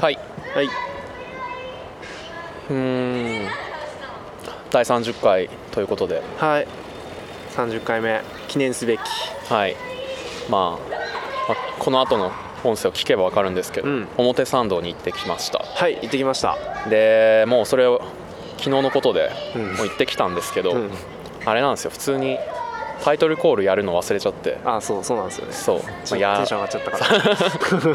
はいはいうーん第30回ということではい30回目記念すべきはいまあ、まあこの後の音声を聞けば分かるんですけど、うん表参道に行ってきましたはい行ってきましたでもうそれを昨日のことで、うんもう行ってきたんですけど、うんあれなんですよ普通にタイトルコールやるの忘れちゃってあそうそうなんですよねそう、ちょっとテンシやョン上がっちゃったから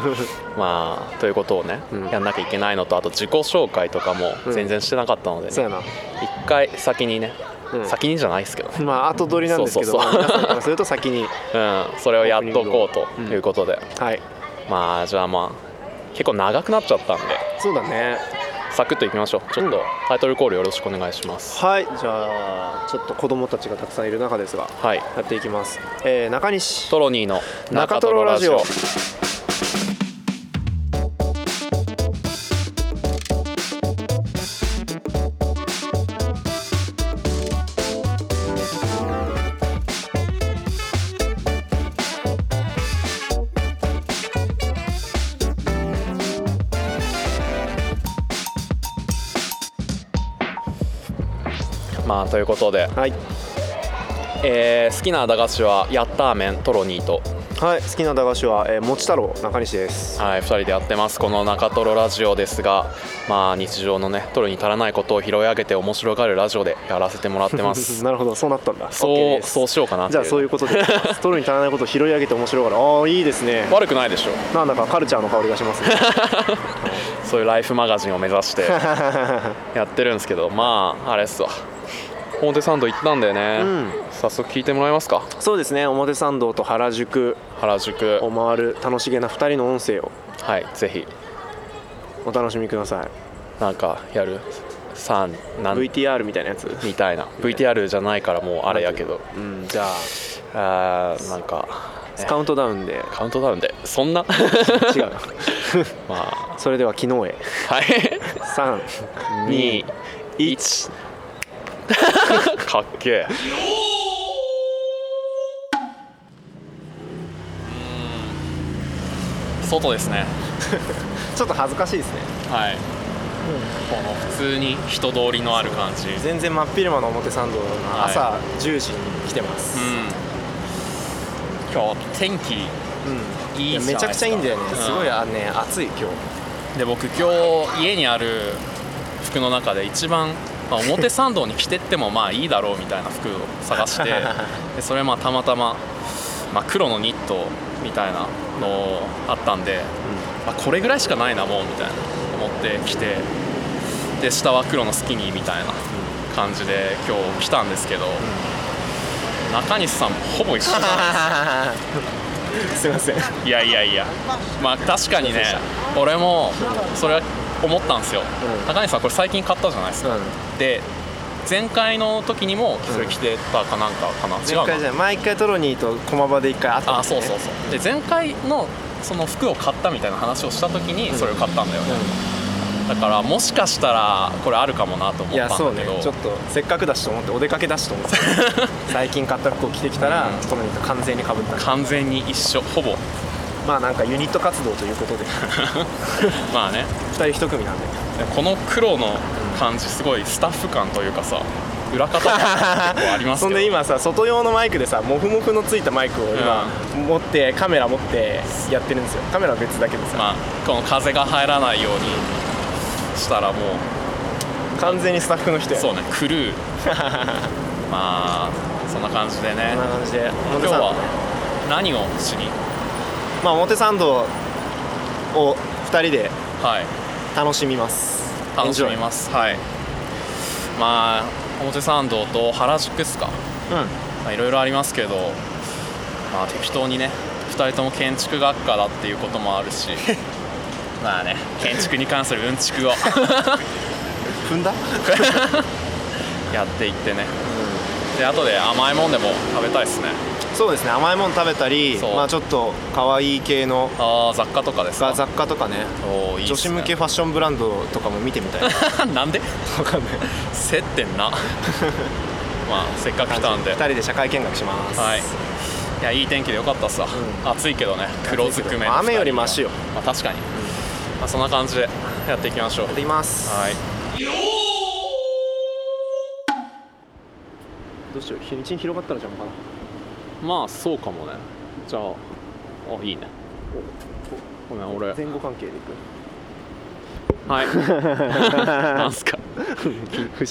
まあということをね、うんやんなきゃいけないのとあと自己紹介とかもうん全然してなかったので、 そうやな、一回先にね、うん先にじゃないですけどね、まあ後取りなんですけどそうそうそうまあ皆さんからすると先にうん、それをやっとこうということで、はいまあじゃあまあ結構長くなっちゃったんでそうだねサクッといきましょうちょっとうんタイトルコールよろしくお願いします、はいじゃあちょっと子供たちがたくさんいる中ですがはいやっていきます、えー、中西トロニーの中トロラジオまあということで、はいえー好きな駄菓子はヤッターメントロニーとはい好きな駄菓子は、えー、もち太郎中西ですはい、2人でやってますこの中トロラジオですが、まあ、日常のねトロに足らないことを拾い上げて面白がるラジオでやらせてもらってま すなるほどそうなったんだそ OK う、ですそうしようかなってじゃあそういうこと でストローに足らないことを拾い上げて面白いからああいいですね悪くないでしょなんだかカルチャーの香りがしますねそういうライフマガジンを目指してやってるんですけどまああれっすわ表参道行ったんだよね、うん早速聞いてもらえますか そうですね表参道と原宿原宿を回る楽しげな2人の音声をはいぜひお楽しみくださいなんかやる3なん VTR みたいなやつみたいな VTR じゃないからもうあれやけどうんじゃああーなんかカウントダウンでカウントダウンでそんな 違うなまあそれでは昨日へはい 321 21かっけえ外ですねちょっと恥ずかしいですねはい、この普通に人通りのある感じ全然真っ昼間の表参道のはい朝10時に来てます、うん今日天気うんいいじゃないですかめちゃくちゃいいんだよね、うんすごいあのね暑い今日で僕今日家にある服の中で一番、まあ、表参道に着てってもまあいいだろうみたいな服を探して でそれまあたまたま、まあ、黒のニットみたいなのあったんで、まあ、これぐらいしかないなもうみたいな思って着てで下は黒のスキニーみたいな感じで今日来たんですけど、中西さんもほぼ一緒なんです すいませんいやいやいやまあ確かにね俺もそれは思ったんですよ、ん中西さんこれ最近買ったじゃないですか、で前回の時にもそれ着てたかなんかかな、違前回うじなゃない毎回トロニーと駒場で一回会ったんあだよそうねそうそうで前回のその服を買ったみたいな話をした時にそれを買ったんだよね、だからもしかしたらこれあるかもなと思いったやんだそうねけどちょっとせっかくだしと思ってお出かけだしと思って 最近買った服を着てきたら、うんトロニーと完全にかぶった完全に一緒ほぼまあなんかユニット活動ということでまあね二人一組なんででこの黒の感じすごいスタッフ感というかさ裏方感が結構あります そけんどで今さ外用のマイクでさモフモフのついたマイクを今、持ってカメラ持ってやってるんですよカメラは別だけどさ、まあ、この風が入らないようにしたらもう完全にスタッフの人やそうねクルーまあそんな感じでね こんな感じで今表日参道は何をしにまあ表参道を二人ではい楽しみます楽しみますはいまあ表参道と原宿ですかすうまあいろいろありますけどまあ適当にね2人とも建築学科だっていうこともあるし まあね建築に関するうんち くをん踏んだやっていってねで後で甘いもんでも食べたいですねそうですね甘いもの食べたりそうまあちょっと可愛い系のああ雑貨とかですか雑貨とかねおーいいっ女す子ね向けファッションブランドとかも見てみたい なんで分かんない接点 なまあせっかく来たんで2人で社会見学しますはいいやいい天気でよかったっすわ、う暑いけどね黒ずくめまあ雨よりマシよまあ、確かに、まあ、そんな感じでやっていきましょうやっていますはいどうしよう日にちに広がったらジャンパーなまあそうかもねじゃああいいねごめん俺前後関係でいくはい なんすか不思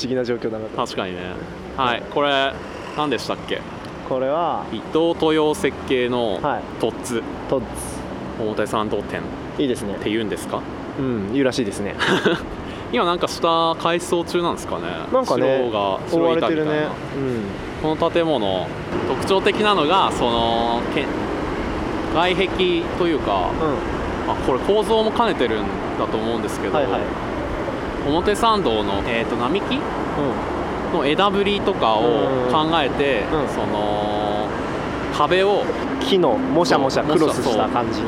議な状況だなと確かにねはいこれ何でしたっけこれは伊藤豊設計のはいトッツトッ表参道店っツいいですねて言うんですかうん言うらし いですね今なんか下改装中なんですかねなんかね白が覆わ白いれ板てみたいるなねうんこの建物特徴的なのがそのけ外壁というか、うあこれ構造も兼ねてるんだと思うんですけんど、はいはい表参道の、えー、と並木うの枝ぶりとかを考えて、うんうんその壁をん木のもしゃもしゃそうクロスもしゃしたそう感じの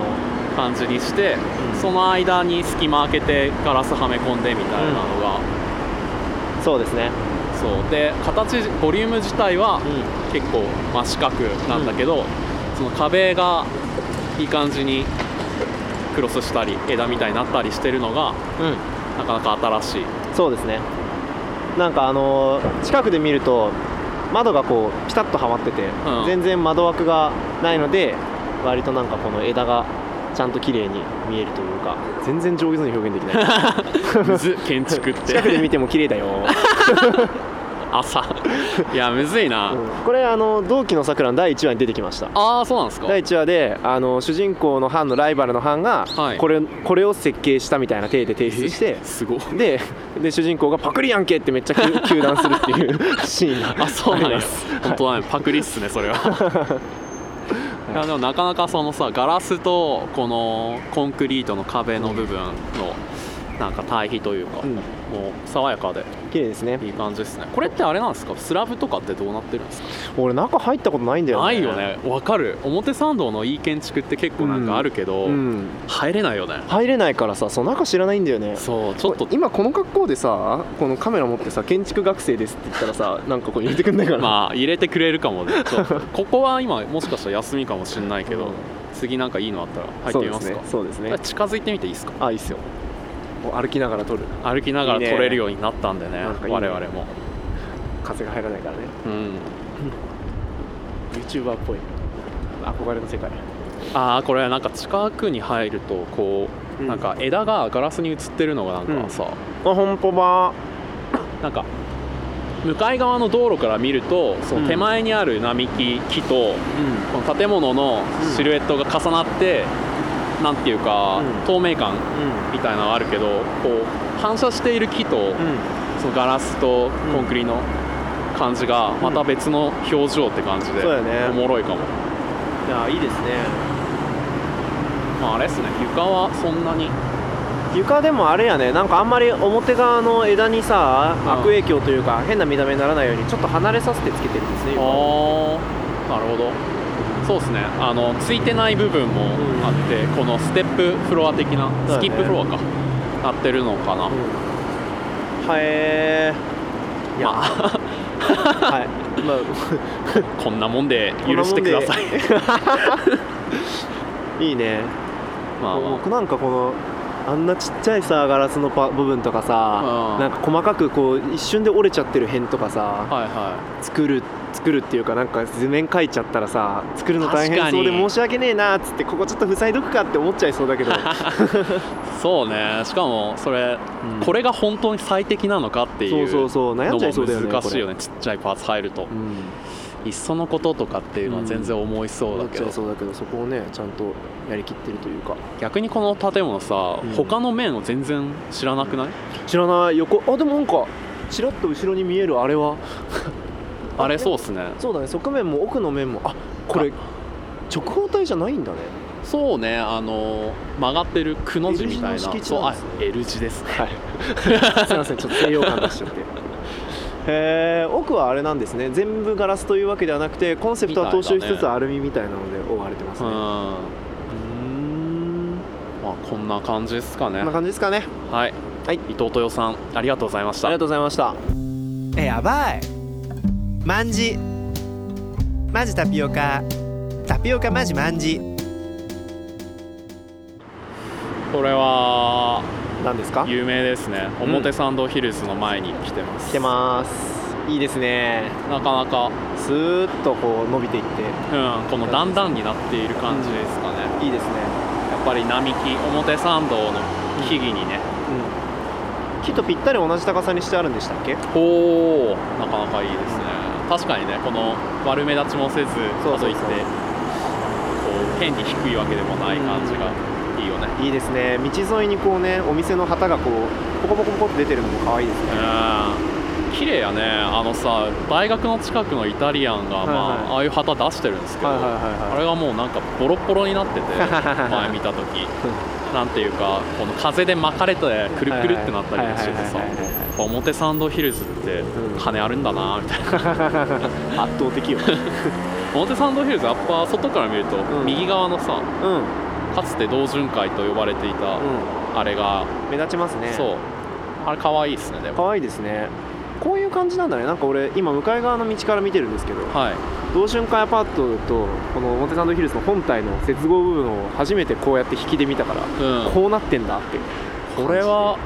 感じにして、うんその間に隙間開けてガラスはめ込んでみたいなのが、そうですねそうで形ボリューム自体はう結構真四角なんだけど、その壁がいい感じにクロスしたり枝みたいになったりしてるのがんうんなかなか新しいそうですねなんかあのー近くで見ると窓がこうピタッとはまってて、ん全然窓枠がないので割となんかこの枝がちゃんと綺麗に見えるというか全然上手に表現で きないむず建築って 近くで見ても綺麗だ よ、朝いやむずいな、うんこれあの同期のさくらの第1話に出てきましたああそうなんですか第1話であの主人公の班のライバルの班がはいこれ,、これを設計したみたいな体で提 出してえすごいでで主人公がパクリやんけってめっち ゃ糾糾弾するっていうシーンがあそうなんありでます本当だねパクリっすねそれはいやでもなかなかそのさガラスとこのコンクリートの壁の部分のなんか対比というか、うんもう爽やかで綺麗ですねいい感じですねこれってあれなんですかスラブとかってどうなってるんですか俺中入ったことないんだよねないよねわかる表参道のいい建築って結構なんかあるけど、うん入れないよね入れないからさその中知らないんだよねそうちょっと今この格好でさこのカメラ持ってさ建築学生ですって言ったらさなんかこう入れてくんないからまあ入れてくれるかも ねちょっとここは今もしかしたら休みかもしれないけど、うん次なんかいいのあったら入ってみますかそうですねそうですね近づいてみていいですかあいいっすよもう歩きながら撮る歩きながらいいね撮れるようになったんでねなんかいいね我々も風が入らないからねうん YouTuber っぽい憧れの世界ああこれなんか近くに入るとこう、うんなんか枝がガラスに映ってるのがなんかさ、あ本舗ばなんか向かい側の道路から見るとその手うん前にある並木木とうこの建物のシルエットが重なって、なんていうか、うん透明感んみたいなのはあるけどこう反射している木と、うんそのガラスとコンクリの感じがまた別の表情って感じで、そうだよねおもろいかも、いやいいですねまあ、あれですね床はそんなに床でもあれやねなんかあんまり表側の枝にさうん悪影響というか変な見た目にならないようにちょっと離れさせてつけてるんですね床ああなるほどそうですねあのついてない部分もあって、このステップフロア的なそうスだねキップフロアか、なってるのかな、は えー、いや、まあ はい、まこんなもんで許してくだ さいあ、 いいね、まあま僕なんかこのあんなちっちゃいさガラスのパ部分とかさうんなんか細かくこう一瞬で折れちゃってる辺とかあさはいは作る作るっていうかなんか図面描いちゃったらさ作るの大確か変にそうで申し訳ねえなっつってここちょっと塞いどくかって思っちゃいそうだけど、いそうねしかもそれ、う んこれが本当に最適なのかっていそううそうそう悩んじゃいそうだよねのも難しいよね、ねちっちゃいパーツ入るとこれうん、いっそのこととかっていうのは全然思いそう思だっけちゃど、いそうだけどそこをねちゃんとやりきってるというか逆にこの建物さ、うん他の面を全然知らなくない、知らない横あでもなんかちらっと後ろに見えるあれはあれそうっすねそうだね側面も奥の面もあこれ直方体じゃないんだねそうねあの曲がってるくの字みたい L な字の敷地そうなんあですね L 字ですねはい すいませんちょっと西洋感出しちゃってへえ奥はあれなんですね全部ガラスというわけではなくてコンセプトは踏襲しつみたいつだねアルミみたいなので覆われてますうんねまあこんな感じですかねこんな感じですかねはい、はい伊藤豊さんありがとうございましあたりがとうございましたえやばいまんじまじタピオカタピオカまじまんじこれは何ですか有名ですねうん表参道ヒルズの前に来てます、来てますいいですねなかなか、スーッとこう伸びていっうん、この段々になっている感じですかね、ていいですねやっぱり並木表参道の木々にね、うん木とぴったり同じ高さにしてあるんでしたっけおおなかなかいいですね確かにねこの悪目立ちもせずそうそうそかというってこう変に低いわけでもない感じがいいよねいいですね道沿いにこうねお店の旗がこうポコポコポコって出てるのも可愛 いですねうん綺麗やねあのさ大学の近くのイタリアンが、まはいはいあ、ああいう旗出してるんですけど、はいはいはいはいあれがもうなんかボロッボロになってて前見 た時なんていうかこの風で巻かれてくるくるってなったりもしててさはいはいはいはいはいはいやっぱ表参道ヒルズってん金あるんだなみたいな 圧倒的よ表参道ヒルズやっぱ外から見るとうん右側のさうんうんかつて道巡会と呼ばれていたあれが目立ちますねそうあれ可愛いですねでも可愛いですねこういう感じなんだねなんか俺今向かい側の道から見てるんですけどはい同春会アパートとこの表参道ヒルズの本体の接合部分を初めてこうやって引きで見たから、うんこうなってんだってこれは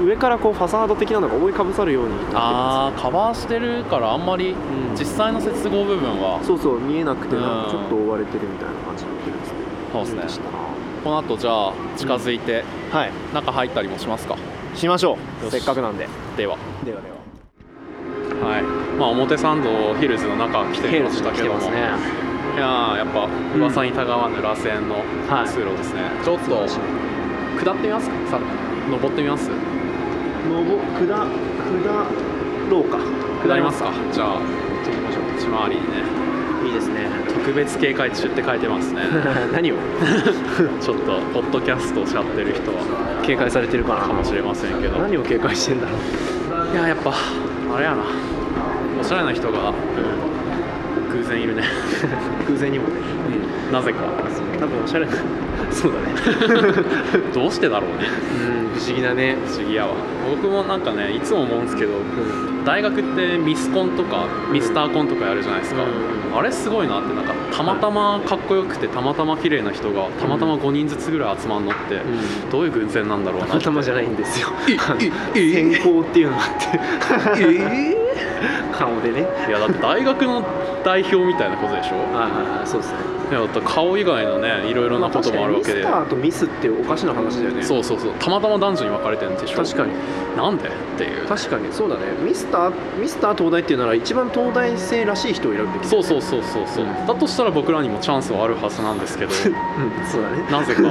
う上からこうファサード的なのが覆いかぶさるようになってまあーカバーしてるからあんまりん実際の接合部分はすそうそう見えなくてなんうんかちょっと覆われてるみたいな感じになってるんですねそうですねしたなこの後じゃあ近づいてはい中入ったりもしますかしましょうよしせっかくなんでではではでははいまあ表参道ヒルズの中来てヘみまルしスたがけど来てもますねいやーやっぱ噂にたがわぬ螺旋のはい通路ですね、ちょっと下ってみますかさ登ってみますのぼ下下ろうか下りますかじゃあ行ってみましょ内回りにねういいですね特別警戒中って書いてますね 何 をちょっとポッドキャストをしちゃってる人は警戒されてるかなかもしれませんけど何を警戒してんだろういややっぱあれやなおしゃれな人が、偶然 いるね偶然にもねな ぜか多分おしゃれなそうだねどうしてだろうね うん不思議だね不思議やわ僕もなんかねいつも思うんですけどうん大学ってミスコンとかミスターコンとかやるじゃないですか、うんあれすごいなってなんかたまたまかっこよくてたまたま綺麗な人がたまたま5人ずつぐらい集まんのって、んどういう偶然なんだろうなって頭じゃないんですよえ え変更っていうのがあって 顔でねいやだって大学の代表みたいなことでしょああそうですねいやだって顔以外のねいろいろなこともあるわけで、まあ確かにミスターとミスっておかしな話だよねそうそうそうたまたま男女に分かれてるんでしょ確かになんでっていう確かにそうだねミスターミスター東大っていうなら一番東大生らしい人を選ぶべきだそうそうそうそうそう、うんだとしたら僕らにもチャンスはあるはずなん ですけど うんそうだねな ぜか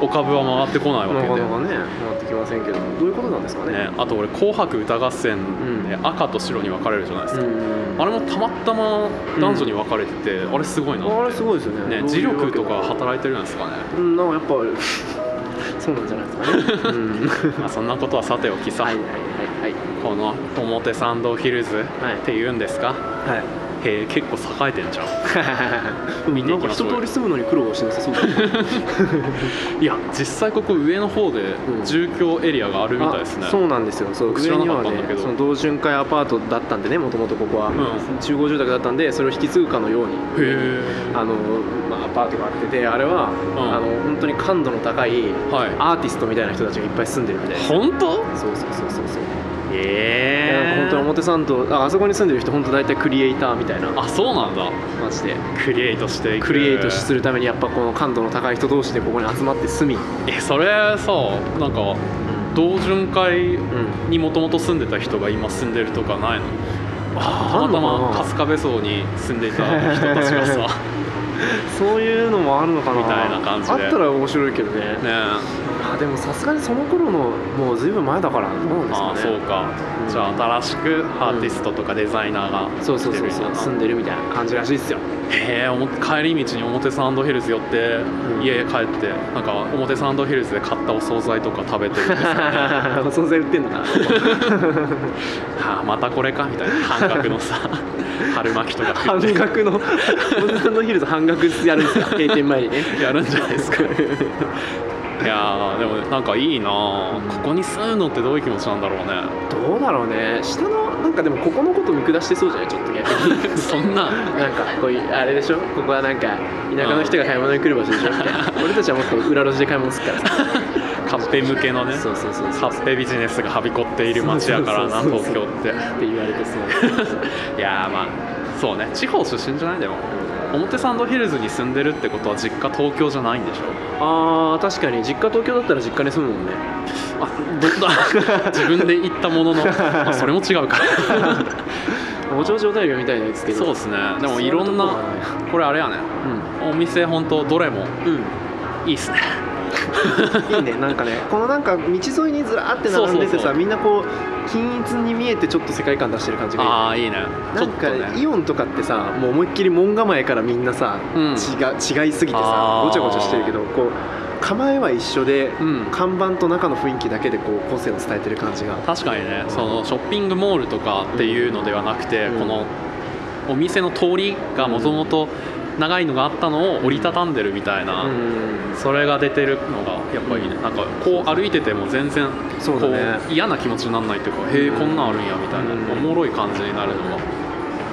お株は回ってこないなかなわかね回ってきませんけどどういうことなんですかけねで、ね、あと俺「紅白歌合戦」でう赤と白に分かれるじゃないですうか、んあれもたまたま男女に分かれてて、あれすごいなってあれすごいですよねねどう磁いうわ力けとか働いてるんですかね、うんなんかやっぱ そうなんじゃないですかね、 うん、まあ、そんなことはさておきさ、はいはいはこの表参道ヒルズはいっていうんですか、いはいへえ結構栄えてんじゃん はい見ていなんきかまし一ょうよ通り住むのに苦労はしな さそうだねいや実際ここ上の方でうん住居エリアがあるみたいですね、あそうなんですよそう僕知上らなにかはったんねだけどその同潤会アパートだったんでねもともとここうは、集合住宅だったんでそれを引き継ぐかのようにへえあの、まあ、アパートがあっててあれは、んあの本当に感度の高いはいアーティストみたいな人たちがいっぱい住んでるみたいです本当そうそうそうそうそう、いやえなんか本当に表参道ああそこに住んでる人本当大体クリエイターみたいなあそうなんだマジでクリエイトしていくクリエイトするためにやっぱこの感度の高い人同士でここに集まって住み、えそれさなんか同潤会うんにもともと住んでた人が今住んでるとかないのたあまたまあんのかな春日部荘に住んでいた人たち がさそういうのもあるのかなみたいな感じであったら面白いけどねねえあでもさすがにその頃のもうずいぶん前だからどうなんですかあねそうか、うんじゃあ新しくアーティストとかデザイナーがそう来そうてそるうんそだうな住んでるみたいな感じらしい ですよへえおも帰り道に表参道ヒルズ寄って、ん家へ帰ってなんか表参道ヒルズで買ったお惣菜とか食べてるんです お惣菜売ってんの かなはあまたこれかみたいな半額の さ春巻きとか食半って額のおじさんのヒルズ半額やるんですか閉店前にねやるんじゃないですかいやーでもなんかいいなあここに住むのってどういう気持ちなんだろう ねどうだろうね下のなんかでもここのこと見下してそうじゃないちょっと逆にそんななんかこういうあれでしょここはなんか田舎の人が買い物に来る場所でしょみたい な俺たちはもっと裏路地で買い物するからさカッペ向けのねそうそうそうカそうッペビジネスがはびこっている街やからなそうそうそ東う京ってって言われ てそういやーまあそうね地方出身じゃないでも表参道ヒルズに住んでるってことは実家東京じゃないんでしょあー確かに実家東京だったら実家に住むもんねあど んだ自分で言ったも のの、まあそれも違うかおちょうちお便りみたいなやつけどそうですねでもいろんそうないうとここれあれやねがねお店本当どれもうん、うんいいっすねいいねなんかねこのなんか道沿いにずらーって並んでてさそうそうそうみんなこう均一に見えてちょっと世界観出してる感じがいいああいいねちなょんっか、とねイオンとかってさもう思いっきり門構えからみんなさ、うん違う違いすぎてさあーごちゃごちゃしてるけどこう構えは一緒で、うん看板と中の雰囲気だけでこう個性を伝えてる感じが確かにねそのショッピングモールとかっていうのではなくて、うんこのお店の通りがもともと長いのがあったのを折りたたんでるみたいな、うんそれが出てるのがやっぱいいね、なんかこう歩いてても全然そうこだうね嫌な気持ちにならないっていうか、へえこんなんあるんやみたいな、うんおもろい感じになるのが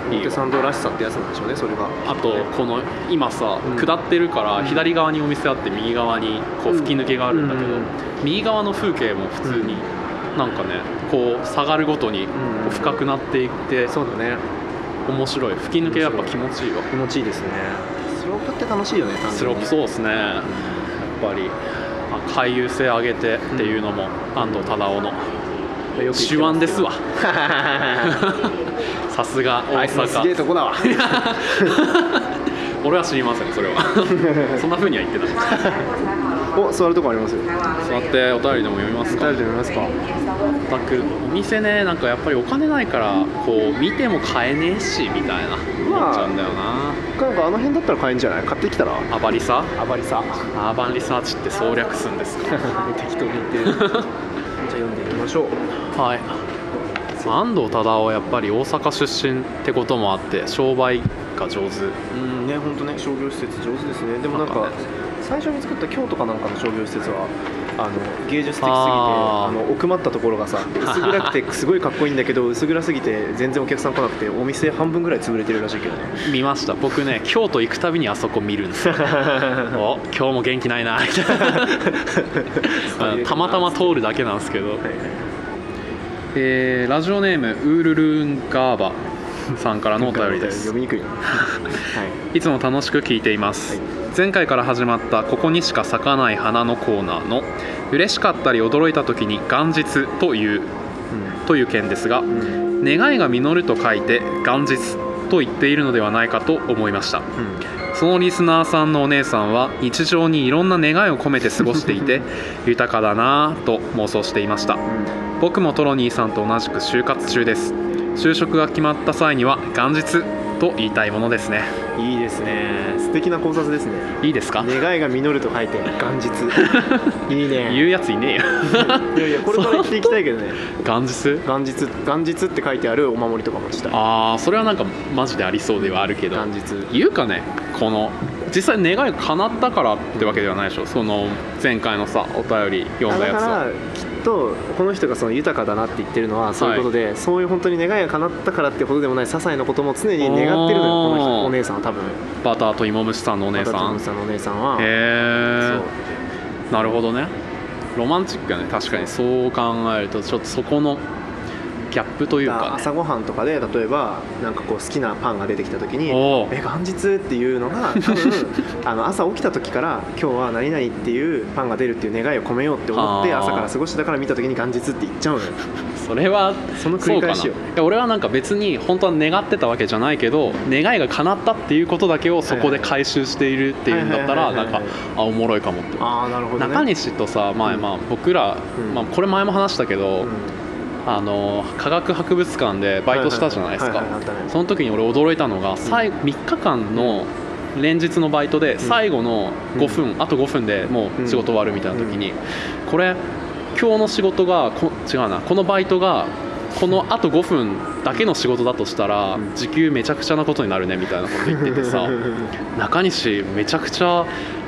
いい表よ参道らしさってやつなんでしょうねそれがあとこの今さ、うん下ってるからん左側にお店あって右側にこう吹き抜けがあるんだけど、うん右側の風景も普通になんかねこう下がるごとにんこう深くなっていってそうだね面白い吹き抜けやっぱ気持ちいいわ気持ちいいですねスロープって楽しいよね単純にスロープそうですねやっぱりあ回遊性上げてっていうのも安藤忠雄のうんよく言ってますけ手ど腕です わあ さすが大いつもすげえ阪とこだ わ 俺は知りませんそれはそんな風には言ってないお座るとこありますよ座ってお便りでも読みますか誰でもいますか全くお店ねなんかやっぱりお金ないからこう見ても買えねえしみたいな思っちゃうんだよななんかあの辺だったら買えんじゃない買ってきたらアバリサあばりさアーバンリサーチって省略すんですか 適当に言って るじゃあ読んでいきましょうはい安藤忠雄はやっぱり大阪出身ってこともあって商売が上手うんね本当ね商業施設上手ですねでもなんかなんかね最初に作った京都かなんかの商業施設はあの芸術的すぎてああーの奥まったところがさ薄暗くてすごいかっこいいんだけど薄暗すぎて全然お客さん来なくてお店半分ぐらい潰れてるらしいけどね見ました僕ね京都行くたびにあそこ見るんですよお今日も元気ないなみたいな あのたまたま通るだけなんですけど、はいはいえーラジオネームウールルーンガーバさんからのお便りで読すみにくいなはいいつも楽しく聞いています、はい前回から始まった「ここにしか咲かない花」のコーナーの「嬉しかったり驚いた時に元日という」という件ですがうんう「ん願いが実る」と書いて「元日」と言っているのではないかと思いましたうんそのリスナーさんのお姉さんは日常にいろんな願いを込めて過ごしてい て豊かだなぁと妄想していました僕もトロニーさんと同じく就活中です就職が決まった際には元日と言いたいものですねいいですね素敵な考察ですねいいですか願いが実ると書いて元 日いいね言うやついねえよ いやいやこれから言っていきたいけどね元日元日元日って書いてあるお守りとかもしたいああそれはなんかマジでありそうではあるけど元日言うかねこの実際願いが叶ったからってわけではないでしょその前回のさお便り読あんだだやつかはらきっとこの人がその豊かだなって言ってるのはそういうことで、そういう本当に願いが叶ったからってほどでもない些細なことも常に願ってるのよおこーの人お姉さんは多分バターと芋虫さんのお姉さ渡ん辺さんのお姉さんはへそえうなるほどねロマンチックやね確かにそう考えるとちょっとそこのギャップというだからか、ね、朝ごはんとかで例えばなんかこう好きなパンが出てきた時におーえ元日っていうのが多 分あの朝起きた時から今日は何々っていうパンが出るっていう願いを込めようって思ってあー朝から過ごしてたから見た時に元日って言っちゃうのよそれはその繰り返しよそうかないや俺はなんか別に本当は願ってたわけじゃないけど願いが叶ったっていうことだけをそこで回収しているっていうんだったはらいはいなんはいはかいあおもろいかもってああなるほど、ね、中西とさ前まあ僕ら、うんまあ、これ前も話したけど、うんあの科学博物館でバイトしたじゃないですはかはははいはいあったねその時に俺驚いたのが最後3日間の連日のバイトで最後の5分、あと5分でもう仕事終わるみたいな時に、これ今日の仕事がこ違うなこのバイトがこのあと5分だけの仕事だとしたらうん時給めちゃくちゃなことになるねみたいなこと言っててさ中西めちゃくちゃ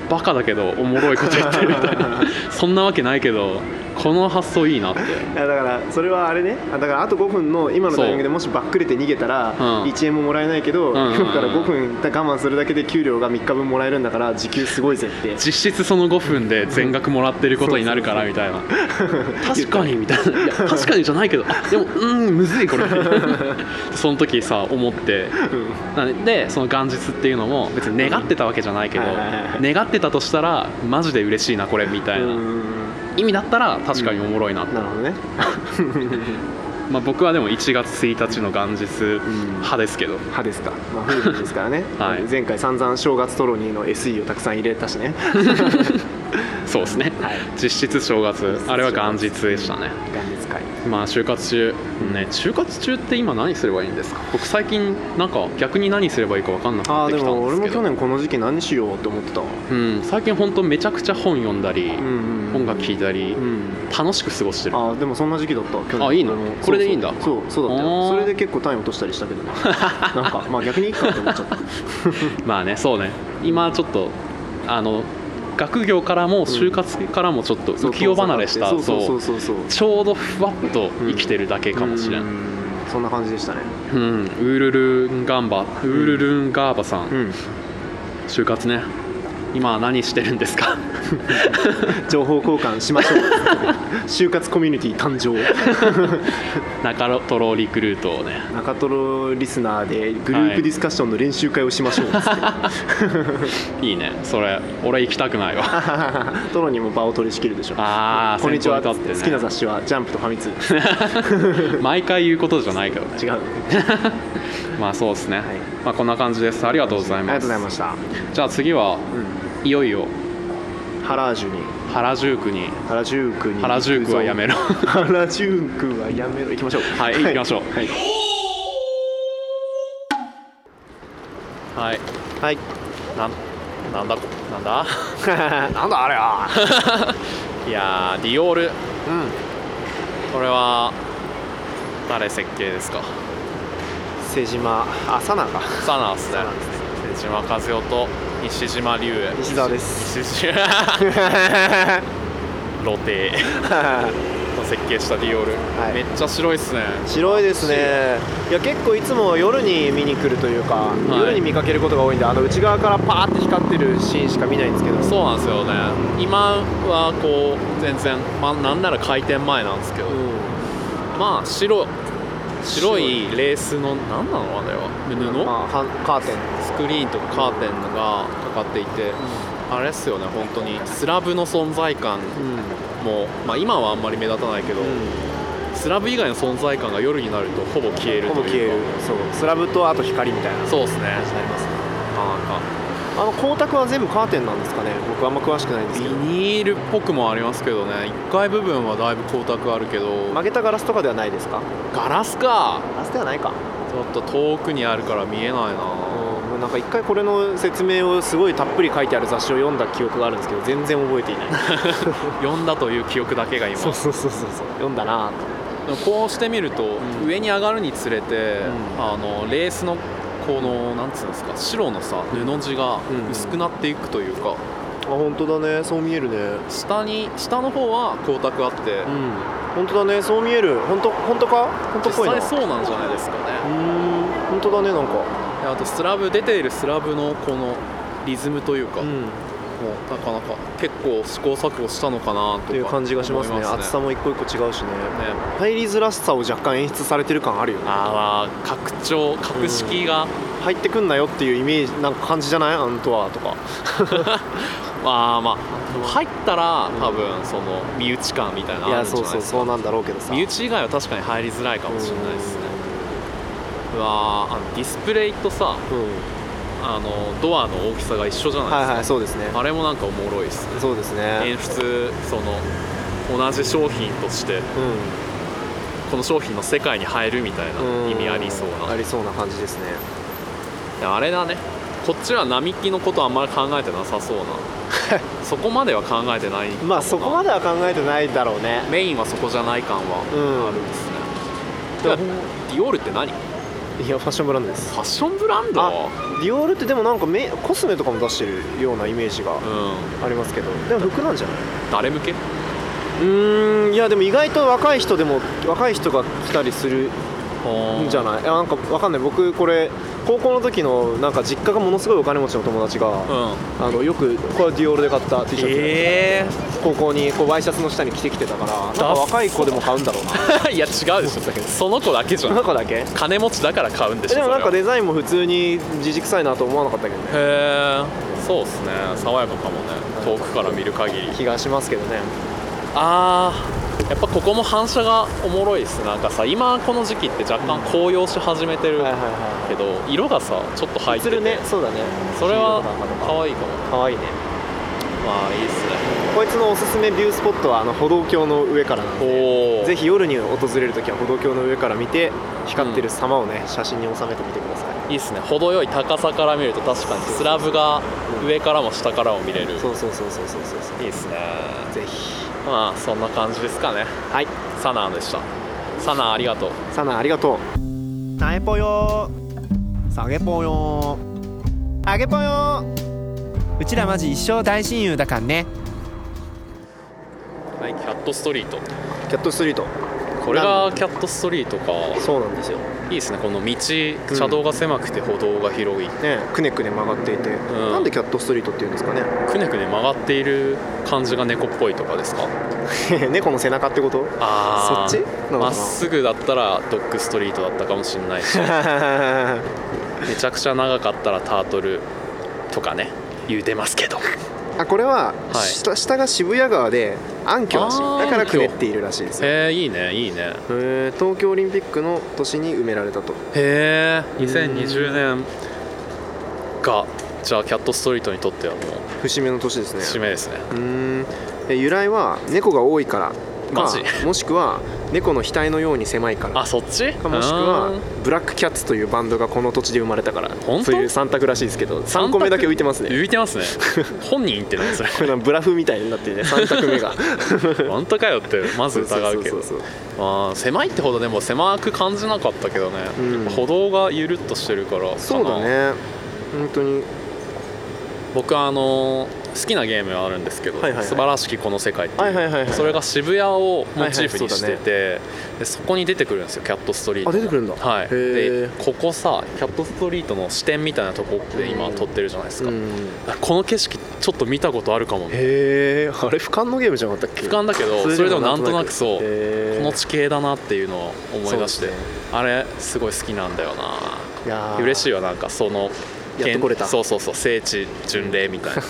バカだけどおもろいこと言ってるみたいなそんなわけないけどこの発想いいなっていやだからそれはあれねあだからあと5分の今のタイミングでもしばっくれて逃げたらうん1円ももらえないけど、んうんうん今から5分我慢するだけで給料が3日分もらえるんだから時給すごいぜって実質その5分で全額もらってることになるからみたいな確かにみたい ないや確かにじゃないけどあでもうーんむずいこれその時さ思ってなんでその元日っていうのも別に願ってたわけじゃないけどはいはいはい願ってたとしたらマジで嬉しいなこれみたいうんうなん意味だったら確かにおもろいな、うんなるほどねまあ、僕はでも1月1日の元日ん派ですけど派ですか、まあ、夫婦ですからね、はい前回散々正月トロニーの SE をたくさん入れたしねそうですね、はい実質正月 質あれは元日でしたね元日会まあ就活中ね就活中って今何すればいいんですか僕最近なんか逆に何すればいいか分かんなくあなっあてできたもんで俺すけもど去年この時期何しようって思ってたわうん最近本当めちゃくちゃ本読んだり、ん音楽聴いたり、うん楽しく過ごしてるあーでもそんな時期だった去年あいいの俺もこれでいいんだそうそうそうだったあーよそれで結構単位落としたりしたけ どねなんかまあ逆にいいかって思っちゃったまあねそうね今ちょっとあの学業からも就活からもちょっとそう浮世離れした、そうそそううそうそうそうちょうどふわっと生きてるだけかもしれん、ううんんそんな感じでしたねウールルンガンバウールルンガーバさん、うん就活ね今何してるんですか情報交換しましょう就活コミュニティ誕生中トロリクルートをね中トロリスナーでグループディスカッションの練習会をしま しょうっつって、いいねそれ俺行きたくない わトロにも場を取り仕切るでしょあーこんにちは先方にとってね好きな雑誌は「ジャンプ」と「ファミ通」毎回言うことじゃないけどね違 うあまあそうですね、いまあこんな感じですありがとうございりがまとうすございました、じゃあ次はういよいよん、原宿に原宿に原宿に原宿はやめろ原宿はやめろ行きましょうはい行きましょうはい、はいはい、 なんなんだなんだなんだあれはいやーディオールうんこれは誰設計ですか瀬島あ佐奈かサナースねサナース瀬島和夫と西島龍也西澤です 西島 ロテの設計したディオール、はいめっちゃ白いっすね白いですねいや結構いつも夜に見に来るというか、い夜に見かけることが多いんであの内側からパーって光ってるシーンしか見ないんですけどそうなんですよね今はこう全然、まあ、なんなら開店前なんですけど、うまあ白白いレースの何なのあれはん、ま布あ、はんカーテンスクリーンとかカーテンがかかっていて、あれっすよね本当にスラブの存在感うん、も、まあ、今はあんまり目立たないけど、スラブ以外の存在感が夜になるとほぼ消えるほというぼか消えるそうスラブとあと光みたいな感そうですねじになりますねああの光沢は全部カーテンなんですかね僕あんま詳しくないんなでんかすビけどニールっぽくもありますけどね1階部分はだいぶ光沢あるけど曲げたガラスとかではないですかガラスかガラスではないかちょっと遠くにあるから見えないなうんなんか一回これの説明をすごいたっぷり書いてある雑誌を読んだ記憶があるんですけど全然覚えていない読んだという記憶だけが今 そうそうそうそうそう読んだなとでもこうしてみると、うん上に上がるにつれて、うんあのレースのこのなんつうんですか白のさ布地がうん薄くなっていくというか、あ本当だねそう見えるね下に下の方は光沢あって、うん本当だねそう見える本当本当か本当っぽ実いな際そうなんじゃないですかね、うーん本当だねなんかであとスラブ出ているスラブのこのリズムというか、もんうなかなか結構試行錯誤したのかなとかっていう感じがしますね思い厚さも一個一個違うしねね入りづらさを若干演出されてる感あるよねあー拡張格式 が、入ってくんなよっていうイメージなんか感じじゃないあのドアとかまあまあ入ったら多分その身内感みたいなのいあるやんじゃそうないそでうすかそうなんだろうけどさ身内以外は確かに入りづらいかもしれないですねうわーあのディスプレイとさうんあのドアの大きさが一緒じゃないはでいすか、はいそうですねあれもなんかおもろいっすねそうですね演出その同じ商品としてうこの商品の世界に入るみたいんな意味ありそうあなりそうな感じですねであれだねこっちは並木のことあんまり考えてなさ そうなそこまでは考えてないまあそこまでは考えてないだろうねメインはそこじゃない感はうんあるんですね、でもディオールって何いいやファッションブランドですファッションブランドあディオールってでもなんかメコスメとかも出してるようなイメージがうんありますけどでも服なんじゃな誰向けいうーんいやでも意外と若い人でも若い人が来たりするんじゃなないいやなんかわかんない僕これ高校の時のなんか実家がものすごいお金持ちの友達が、うんあのよくこれディオールで買った T シャツ、え高校にこうワイシャツの下に着てきてたからなんか若い子でも買うんだろうな ー、いや違うでしょその子だけじゃん中だけ金持ちだから買うんでしょでもなんかそれはデザインも普通にじじくさいなと思わなかったけどねへえそうっすね爽やかかもね遠くから見る限り気がしますけどねあーやっぱここも反射がおもろいっすなんかさ今この時期って若干紅葉し始めてるはいはけど色がさちょっと入ってすてるねそうだねそれはかわ可愛いかもかわいいねまあいいっすねこいつのおすすめビュースポットはあの歩道橋の上からなんでおおぜひ夜に訪れるときは歩道橋の上から見て光ってる様をね写真に収めてみてください、いいっすね程よい高さから見ると確かにスラブが上からも下からも見れるそうそうそうそうそうそうそういいっすねぜひまあそんな感じですかねはいサナーでしたサナーありがとうサナありがとう苗ぽよ下げぽよ上げぽようちらマジ一生大親友だからねはいキャットストリートキャットストリートこれがキャットストリートかそうなんですよねいいですねこの道車道が狭くて歩道が広い、くねくね曲がっていて、んなんでキャットストリートっていうんですかねくねくね曲がっている感じが猫っぽいとかですか 猫の背中って ことあーそっちなのかなまっすぐだったらドッグストリートだったかもしれない しあめちゃくちゃ長かったらタートルとかね言うてますけどこれは、はい下下が渋谷川で暗渠らしいあーだから暗渠くねっているらしいですよへえいいねいいねへー東京オリンピックの年に埋められたとへえ2020年がじゃあキャットストリートにとってはもう節目の年ですね節目ですねうーんえ由来は猫が多いからかマジもしくは猫の額のように狭いからあそっちかもしくうーはんブラックキャッツというバンドがこの土地で生まれたから本当そういう三択らしいですけど3個目だけ浮いてますね浮いて ますね本人って ねそれこれなんかブラフみたいになってるね3択 目が本当かよってまず疑うけどそうそうそうそうまあ狭いってほどでも狭く感じなかったけどね、うん歩道がゆるっとしてるからかなそうだね本当に僕あの好きなゲームがあるんですけど「はいはいはい素晴らしきこの世界」っていう、はいはいはいはいそれが渋谷をモチーフはいはいそにうだねしてて、でそこに出てくるんですよキャットストリーあト出てくるんだはいへーでここさキャットストリートの支店みたいなとこで今撮ってるじゃないですか、うんあこの景色ちょっと見たことあるかもへえあれ俯瞰のゲームじゃなかったっけ俯瞰だけどそれでもなんとなくそうへこーの地形だなっていうのを思い出しそて、うですねあれすごい好きなんだよないやー嬉しいわなんかそのやっと来れたそうそうそう聖地巡礼みたい ない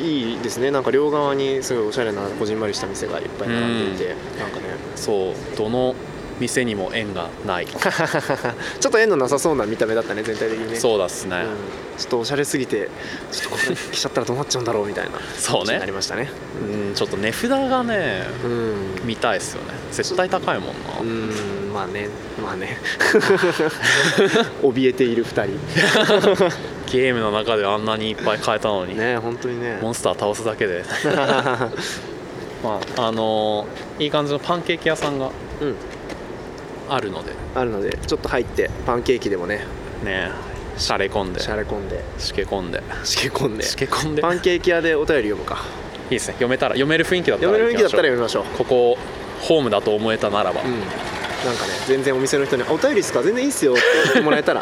やいいですねなんか両側にすごいおしゃれなこじんまりした店がいっぱい並んでいて、なんかね そうどの店にも縁がないちょっと縁のなさそうな見た目だったね全体的にねそうだっすうね、んちょっとおしゃれすぎてちょっとこれ来ちゃったらどうなっちゃうんだろうみたいなそうね気になりましたねうんちょっと値札がねうん見たいっすよね絶対高いもんな、うーんまあねま あね怯えている2ゲームの中であんなにいっぱい買えたのに、人ね本当にねモンスター倒すだけ でまああのーいい感じのパンケーキ屋さんがうんあるのであるのでちょっと入ってパンケーキでもねねしゃれ込んでしゃれ込んでしけ込んでしけ込んでしけ込んでパンケーキ屋でお便り読むかいいですね読めたら読める雰囲気だったら読める雰囲気だった行らき読みましょうましょうここホームだと思えたならば、うん、なんかね全然お店の人に「あお便りですか全然いいっすよ」って言ってもらえ たら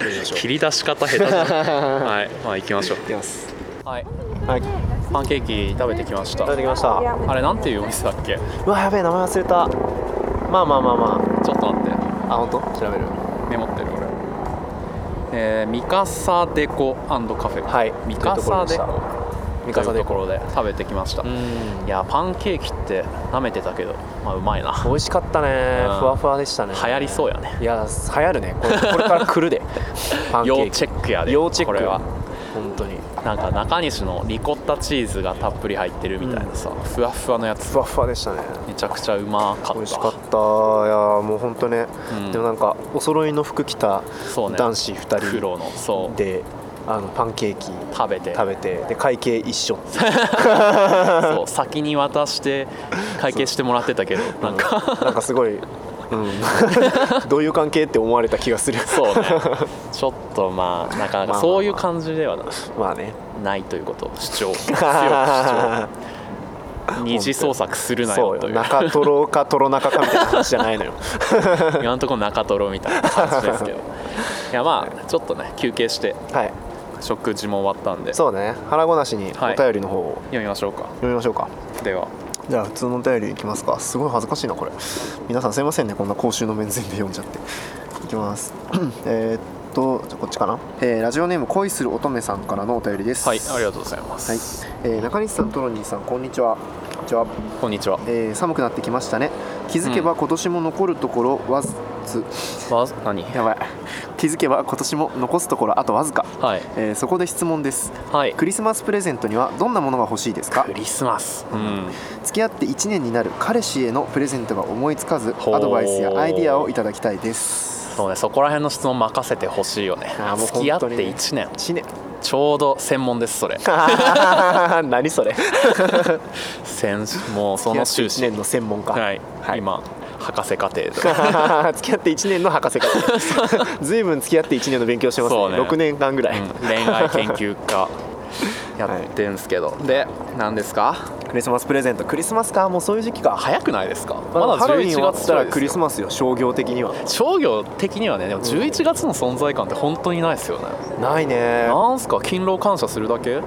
やりましょう切り出し方下手じゃん はいまあ行きましょいきますうはいはいパンケーキ食べてきましたいただきましたうあれなんていうお店だっけちわやべえ名前忘れたまあまあまあまょっと待ってああ本当調べるメモってる俺えー、ミカサデコカフェはいミカサデコミカサとデコいうところで食べてきました、いんやパンケーキって舐めてたけどまあうまいな美味しかったねうんふわふわでしたね流行りそうやねいや流行るねこれこれから 来るでパンケー要キチェックやで要チェックこれは本当になんか中西のリコッタチーズがたっぷり入ってるみたいなさ、ふわっふわのやつふわふわでしたねめちゃくちゃうまかった美味しかったいやーもう本当ね、うんでもなんかお揃いの服着たそうね男子2人黒のそうであのパンケーキ食べて食べてで会計一緒っていうそう先に渡して会計してもらってたけどなんか なんかすごいねうんどういう関係って思われた気がするそうねちょっとまあなかなかそういう感じではな まあねないということを主張 強く主張そ二次創作するなうよとよいう中トロかトロ中かみたいな話じゃないのよ 今のところ中トロみたいな感じ ですけどいやまあちょっとね休憩してはい食事も終わったんでそうだね腹ごなしにはおい便りの方を読みましょうか読みましょうか、ではじゃあ普通のお便りいきますかすごい恥ずかしいなこれ皆さんすいませんねこんな公衆の面前で読んじゃっていきます えーっとじゃあこっちかな、えーラジオネーム恋する乙女さんからのお便りですはいありがとうございまはいす、えー中西さん、トロニーさん、こんにちは。こんにちは、こんにちはえー寒くなってきましたね。気づけば今年も残るところわず、わ何やばい。気づけば今年も残すところあとわずか。はいえーそこで質問です。はいクリスマスプレゼントにはどんなものが欲しいですかク。リスマスうん付き合って1年になる彼氏へのプレゼントが思いつかず、ほうアドバイスやアイディアをいただきたいです。そうねそこら辺の質問任せてほしいよねあーもう付き合って本当にね1年1年。 ちょうど専門ですそれ何そ れ。先もうその修1士年の専門家。はい、はい今博士課程で 付き合って1年の博士課ずいぶん付き合って1年の勉強してますそうねね6年間ぐらい、うん恋愛研究家やってんすけど、で何ですかクリスマスプレゼントクリスマスかもうそういう時期か早くないですかままだだハロウィン終11わ月ったらクリスママスよ商業的にはス商業的にはねでも11月の存在感って本当にないですよね、ないねなんすか勤労感謝するだけ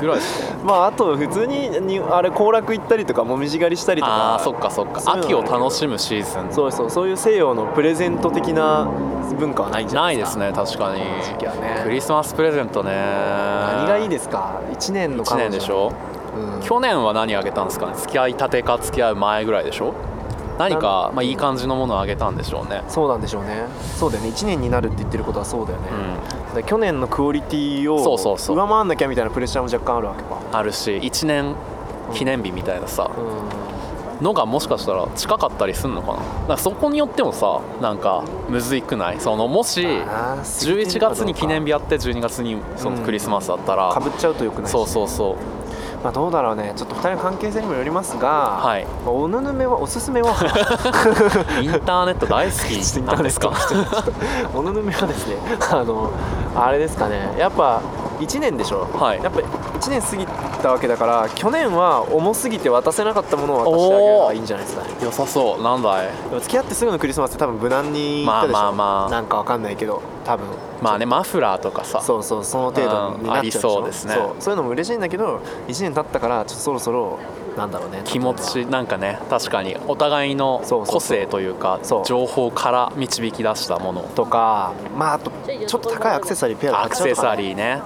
ぐらい ですかまああと普通ににあれ行楽行ったりとかもみじ狩りしたりとかあーそっかそっかそういうの秋を楽しむシーズンそうそうそういう西洋のプレゼント的な文化はないんじゃなないいでですすかね確かに時期はねクリスマスプレゼントね何がいいでですか1年の1彼年女でし、ょうん去年は何あげたんですかね付き合いたてか付き合う前ぐらいでしょ何か、まあ、いい感じのものをあげたんでしょうねそうなんでしょうねそうだよね1年になるって言ってることはそうだよね、うんだから去年のクオリティをそうそうそう上回んなきゃみたいなプレッシャーも若干あるわけかあるし1年記念日みたいなさのがもしかしたら近かったりするのかななんかそこによってもさなんかむずいくないそのもしあー11月に記念日あって12月にそのクリスマスだったら、かぶっちゃうとよくないしそうそうそうまあ、どうだろうねちょっと2人の関係性にもよりますが、はいまあおぬぬめはおすすめはインターネット 大好きなんですか おぬぬめはですねあのあれですかねやっぱ1年でしょ、はいやっぱ1年過ぎたわけだから去年は重すぎて渡せなかったものを渡してあげればいいんじゃないですかね良さそうなんだいでも付き合ってすぐのクリスマスって多分無難にいったでしょ、まあまあまあなんかわかんないけど多分まあねマフラーとかさそうそうその程度になっちゃうでしょうんありそうですねそうそういうのも嬉しいんだけど1年経ったからちょっとそろそろなんだろうね気持ちなんかね確かにお互いのそうそうそう個性というかそう情報から導き出したものとかまああとちょっと高いアクセサリーペアで買アっクちゃうセとかねサリーね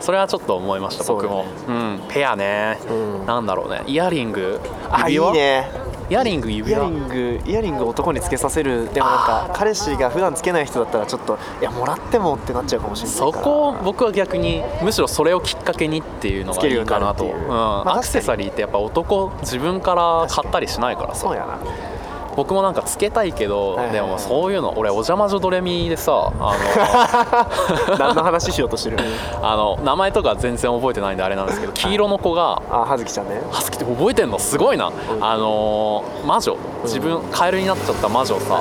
うそれはちょっと思いましたそう僕だねもうんペアねうんなんだろうねイヤリングあ指いい輪ねイヤリングイ指ヤ輪リングイヤリングを男につけさせるでもなんか彼氏が普段つけない人だったらちょっといやもらってもってなっちゃうかもしれないかそらこを僕は逆にむしろそれをきっかけにっていうのつがけるいよういにかなるなってと、いううまん、あアクセサリーってやっぱ男自分から買ったりしないからさそうやな僕もなんかつけたいけど、はいはいはいでもそういうの俺お邪魔女ドレミでさあ何の話しようとし てるのあの名前とか全然覚えてないんであれなんですけど黄色の子があはずきちゃんね「ハスキって覚えてんのすごいな、あのー魔女自分カエルになっちゃった魔女はいさ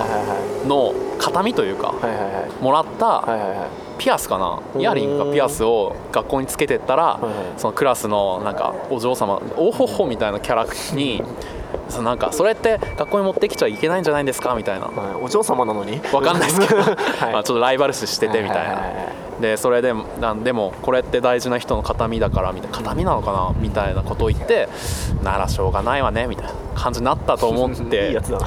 の形見というかはいはいはいもらったはいはいはいはいピアスかなイヤリングうかんピアスを学校につけてったらいはいそのクラスのなんかお嬢様おほほみたいなキャラクターにそのなんかそれって学校に持ってきちゃいけないんじゃないんですかみたいなはいお嬢様なのにわかんないですけ ど、はい まあちょっとライバル視しててみたいははははな。はでそれでなんでもこれって大事な人の形見だからみたいな形見なのかなみたいなことを言ってならしょうがないわねみたいな感じになったと思って いいやつだ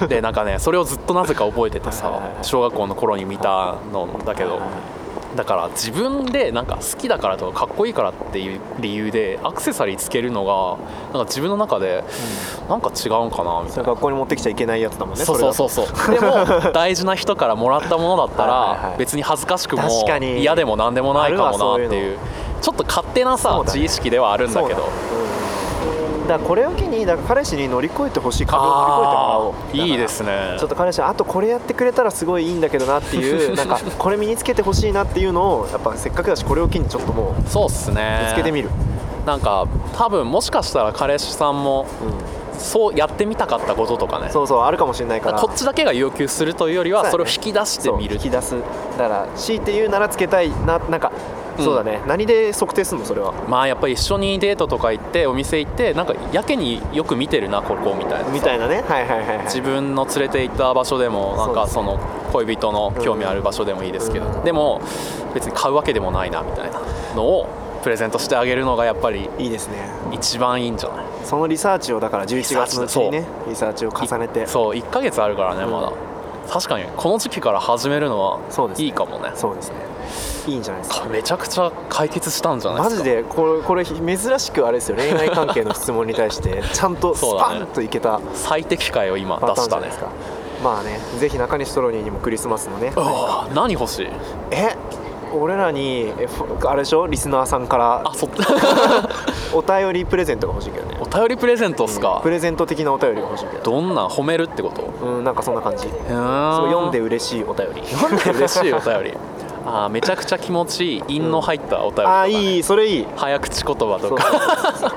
なでなんかねそれをずっとなぜか覚えててはいはいさはい小学校の頃に見たのだけどだから自分でなんか好きだからとかかっこいいからっていう理由でアクセサリーつけるのがなんか自分の中でなんか違うんかなみたいなそれ学校に持ってきちゃいけないやつだもんねそうそうそううそうでも大事な人からもらったものだったはいはいはらい別に恥ずかしくも確かに嫌でも何でもないかあるわそもうないうっのていうちょっと勝手なさそうだ自ね意識ではあるんだけどだからこれを機にだから彼氏に乗り越えてほしい壁を乗あり越えてもらおうーいいでねすねちょっと彼氏あとこれやってくれたらすごいいいんだけどなっ ていうなんかこれ身につけてほしいなっていうのをやっぱせっかくだしこれを機にちょっともうそうっすね見つけてみるる、なんか多分もしかしたら彼氏さんもうんそうやってみたかったこととかねそうそうあるかもしれないからこっちだけが要求するというよりそうはやねそれを引き出してそうみる引き出すだから強いて言うならつけたいななんか、うんそうだね何で測定するのそれはまあやっぱり一緒にデートとか行ってお店行ってなんかやけによく見てるなここみたいなみたいなねはいはいはい、はい、自分の連れて行った場所でもなんかそその恋人の興味ある場所でもいいですけど、うんでも別に買うわけでもないなみたいなのをプレゼントしてあげるのがやっぱりいいですね一番いいんじゃないそのリサーチをだから11月のうちにリねリサーチを重ねてそう1ヶ月あるからねまだ、うん確かにこの時期から始めるのそうではすねいいかもねそうですねいいんじゃないですかめちゃくちゃ解決したんじゃないでマすかジでこれこれ珍しくあれですよ恋愛関係の質問に対して ちゃんとスそうだねパンといけた最適解を今パ出ターンしじゃたなねいですか、まあねぜひ中西トロニーにもクリスマスのねああ何欲しいえ俺らにえフォあれでしょリスナーさんからあそお便りプレゼントが欲しいけどね お便りプレゼントっすか、プレゼント的なお便りが欲しいけどどんなん褒めるってことうんなんかそんな感じそうそう読んで嬉しいお便り読んで嬉しいお便りあーめちゃくちゃ気持ちいい陰の入ったお便りとか、ね ああいいそれいい早口言葉そとうかそうそうそう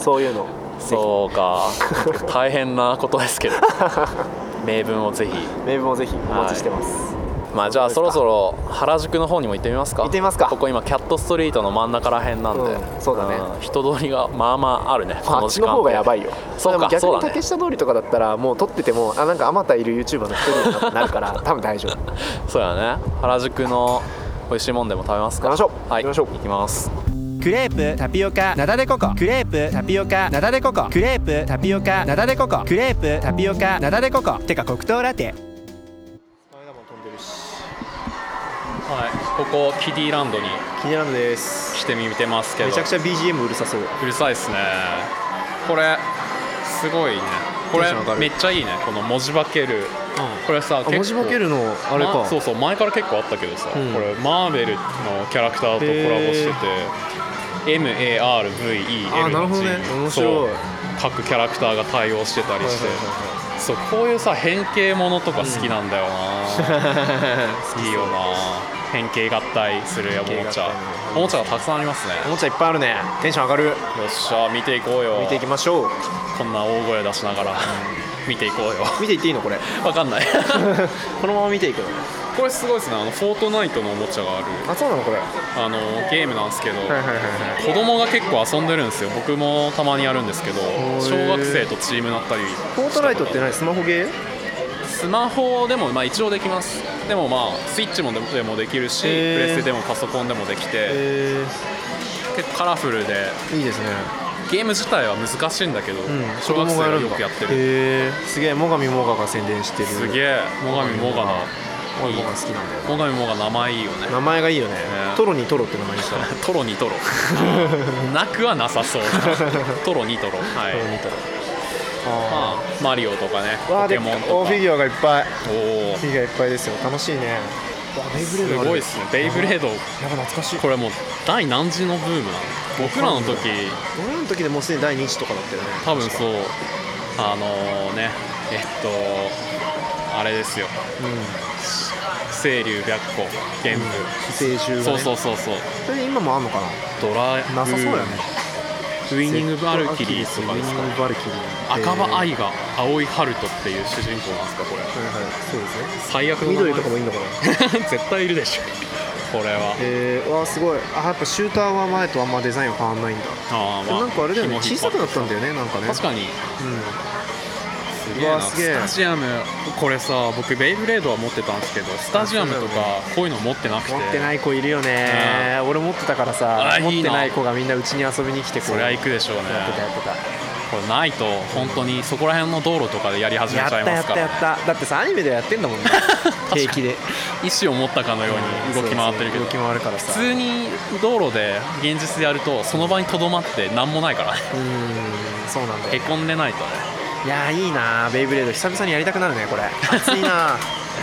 そういうのそうか大変なことですけど名文をぜひ名簿もぜひお待ちしてますまあじゃあそろそろ原宿の方にも行ってみますか行ってみますかここ今キャットストリートの真ん中らへんなんで、うんそうだねん人通りがまあまああるねまああっちの方がやばいいよそうかでも逆そにうだね竹下通りとかだったらもう撮っててもあなんかあまたいる YouTuber の一人になるから多分大丈夫行そうやね原宿の美味しいもんでも食べますきかましょうはい行きましょう行きますクレープタピオカナダデココクレープタピオカナダデココクレープタピオカナダデココクレープタピオカナダデココてか黒糖ラテはいここキディランドに気になるです来てみてますけどゃ BGM うるさそううるさいっすねこれすごいねこテンれション上がるめっちゃいいねこの文字化けるこれさ結構文字化けるのあれまかそうそう前から結構あったけどさ、うんこれマーベルのキャラクターとコラボしてて MARVEL あなるのほ字どにね面白いそう各キャラクターが対応してたりして、そうこういうさ変形ものとか好きなんだよな、好きよな変形合体するおもちゃ変形合体おもちゃがたくさんありますねおもちゃいっぱいあるねテンション上がるよっしゃ見ていこうよ見ていきましょうこんな大声出しながら見ていこうよ 見ていっていいのこれわかんない このまま見ていくの これすごいですねあのフォートナイトのおもちゃがあるあそうなのこれはいあのゲームなんですけど、はいはいはい子供が結構遊んでるんですよ僕もたまにやるんですけどー小学生とチームなったりしたことフォートナイトって何スマホゲースマホでもまあ一応できますでもまあスイッチもでもでもできるしプへーレステでもパソコンでもできてえ結構カラフルでいいですねゲーム自体は難しいんだけど、うん小学生がよくやってるへえすげえ最上もがが宣伝してるすえげえ最上もがなもが好きなんだよ最上もが名前いいよね名前がいいよねねトロにトロって名前に したらトロにトロなくはなさ そうトロにトロはいトロにトロあまあ、マリオとかねーわポあでケっモンかとかおフィギュアがいっぱいおおフィギュアいっぱいですよ楽しいねわベイブレーすドあるごいですねベイブレードやば懐かしいこれもう第何次のブームなの僕らの時俺らの時でもうすでに第2次とかだったよね多分うそうあのねえっとあれですよ清流白虎玄武、寄生獣がそねうそうそうそうそれ今もあんのかドラななさそうやねウイニングバルキリースとかですかウィニングバルキリー赤羽はい愛が青い春人っていう主人公なんですかこれはいそうですね最悪の名前緑とかもいいのか な絶対いるでしょこれはえー、わあすごいあやっぱシューターは前とあんまデザインは変わんないんだ、あーでもなんかあれだよね紐引小っ張さくなったんだよねなんかね確かにすげえうわなすげえスタジアムこれさ僕ベイブレードは持ってたんですけどスタジアムとかこういうの持ってなくて持ってない子いるよね、俺持ってたからさあ持っいいてなない子がみんなうちに遊びに来てこうそりゃ行くでしょうねやってたやってたこれないと本当にそこら辺の道路とかでやり始めちやっゃたいやまっすたかやらっただってさアニメでやってん だもんねかに平気で意思を持ったかのように動き回ってるけど動き回るからさ普通に道路で現実でやるとその場にとどまって何もないからねうーんそうなんだへよこんでない とねいやーいいなーベイブレード久々にやりたくなるねこれ熱い なー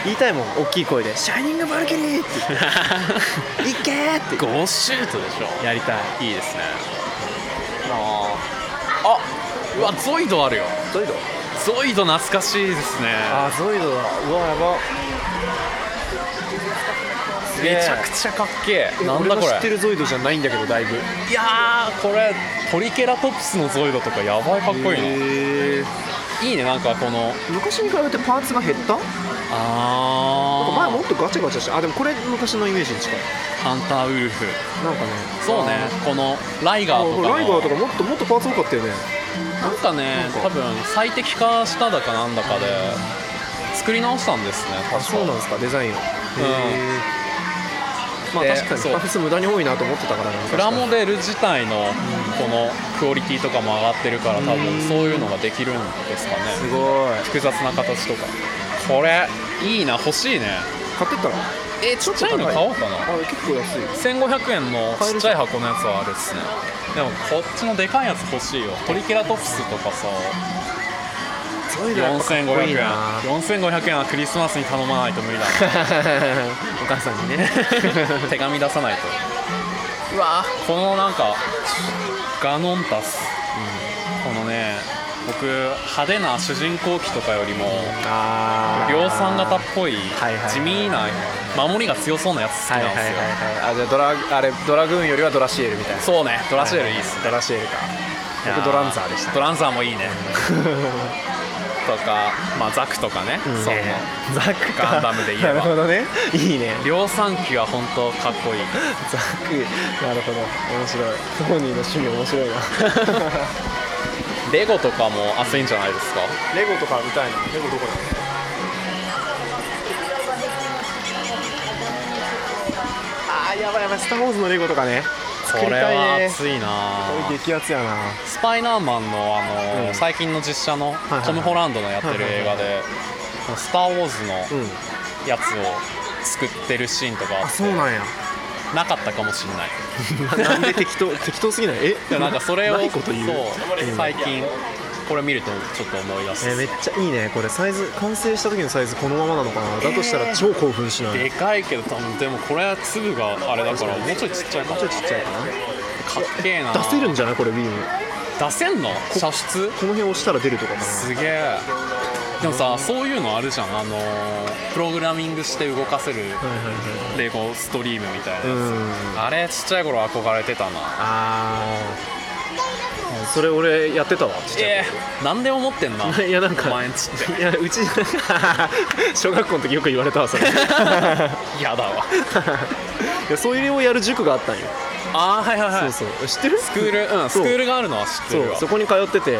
言いたいもん大きい声で「シャイニングバルキリー!」って 言って「いけ!」ってゴーシュートでしょやりたいいいですねあーあうわゾイドあるよゾイドゾイド懐かしいですねあーゾイドだうわやばすすげえめちゃくちゃかっけええなんだ俺この知ってれるゾイドじゃないんだけどだいぶいやーこれトリケラトプスのゾイドとかやばいかっこいいなへえいいねなんかこの昔に比べてパーツが減ったなんか前あもっとガチャガチャしてあでもこれ昔のイメージに近いーハンターウルフなんかねそうねこのライあガーとかのライガーとかもっともっとパーツ多かったよねなんかねなんか多分最適化しただかなんだかで作り直したんですね確かそうなんですかデザインをへえまあで確かにそうパーツ無駄に多いなと思ってたからなプラモデル自体のこのクオリティとかも上がってるから多分そういうのができるんですかすねごい複雑な形とかこれいいな欲しいね買ってったらえちっちゃいのちょっと高い買おうかなあ結構安い1500円のちっちゃい箱のやつはあれですねでもこっちのでかいやつ欲しいよトリケラトプスとかさそういうのやっぱかっこ4500いい円な4500円はクリスマスに頼まないと無理だ お母さんにねな 手紙出さないとうわこのなんかガノンタス、このね僕派手な主人公機とかよりも あー量産型っぽいはいはい地味な守りが強そうなやつ好きはいなはんいではすいよはいあじゃあドラあれドラグーンよりはドラシエルみたいなそうねドラシエルいいっすねドラシエルかいや僕ドランザーでしたドランザーもいいね とか、まあ、ザクとかね、うんそのねザックガンダムで言えば なるほどねいいね量産機は本当かっこいいザックなるほど面白いトニーの趣味面白いな レゴとかも熱いんじゃないですかレゴとか見たいなレゴどこだあーやばいやばいスター・ウォーズのレゴとかね作こりれたいはね熱いなこれ激アツやなスパイダーマンのあの、うん最近の実写のはいはいトム・ホランドのやってる映画で「このスター・ウォーズ」のうんやつを作ってるシーンとかああっそうなんやてなかったかもしれないなんで適当適当すぎないえでもなんかそれを ないこと言うそううん最近これ見るとちょっと思い出す、えーめっちゃいいねこれサイズ完成した時のサイズこのままなのかな、だとしたら超興奮しないでかいけど多分でもこれは粒があれだからもうちょいちっちゃいかもちょっとちっちゃいかかっけえなな出せるんじゃないこれ Wii も出せんの射出この辺押したら出るとかかなすげえでもさそういうのあるじゃんあのープログラミングして動かせるはいはいはいレゴストリームみたいなやつ、うんあれちっちゃい頃憧れてたなああそれ俺やってたわちっちゃいええなんで思ってんな いやなんかお前んちっいやうち 小学校の時よく言われたわそ れいてやだわやそういうのをやる塾があったんよ、ああはいはいはいそうそう知ってるススクールうんスクールがあるのは知ってそるうわそこに通っててそこでロ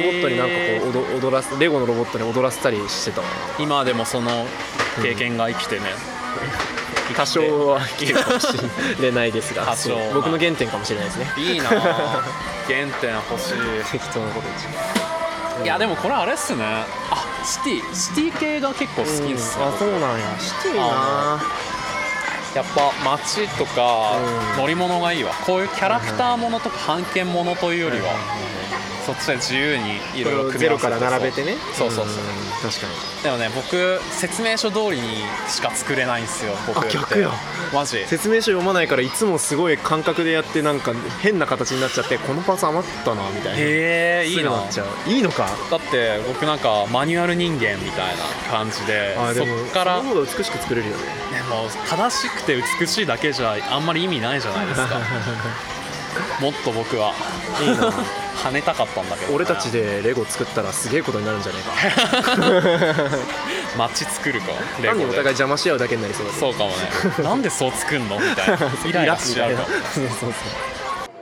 ボットになんかこう踊踊らすレゴのロボットに踊らせたりしてたわ今でもその経験が生きてね、 多少は生きてるかもしれないですが多少そう僕の原点かもしれないです ねいいなあ原点欲しい適当なこと言っちゃいやでもこれあれっすねあシティシティ系が結構好うきっすね、うんあそうなんや知ってるなあやっぱ街とかうん乗り物がいいわこういうキャラクターものとか版権ものというよりはそっちで自由にいこれろいろを組みゼ合ロわせかてら並べてねそうそうそうそうん確かにでもね僕説明書通りにしか作れないんですよ僕あ逆やマジ説明書読まないからいつもすごい感覚でやってなんか変な形になっちゃってこのパーツ余ったなみたいなへえいいすぐななっちゃういいのかだって僕なんかマニュアル人間みたいな感じであそでもっからその方が美しく作れるよねでも正しくて美しいだけじゃあんまり意味ないじゃない ですかもっと僕は跳ねたかったんだけどね、俺たちでレゴ作ったらすげえことになるんじゃねえか街作るかレ単にゴおで互い邪魔し合うだけになりそうだそう かもねなんでそう作 んのみたいなイライラしちゃうかもそうそう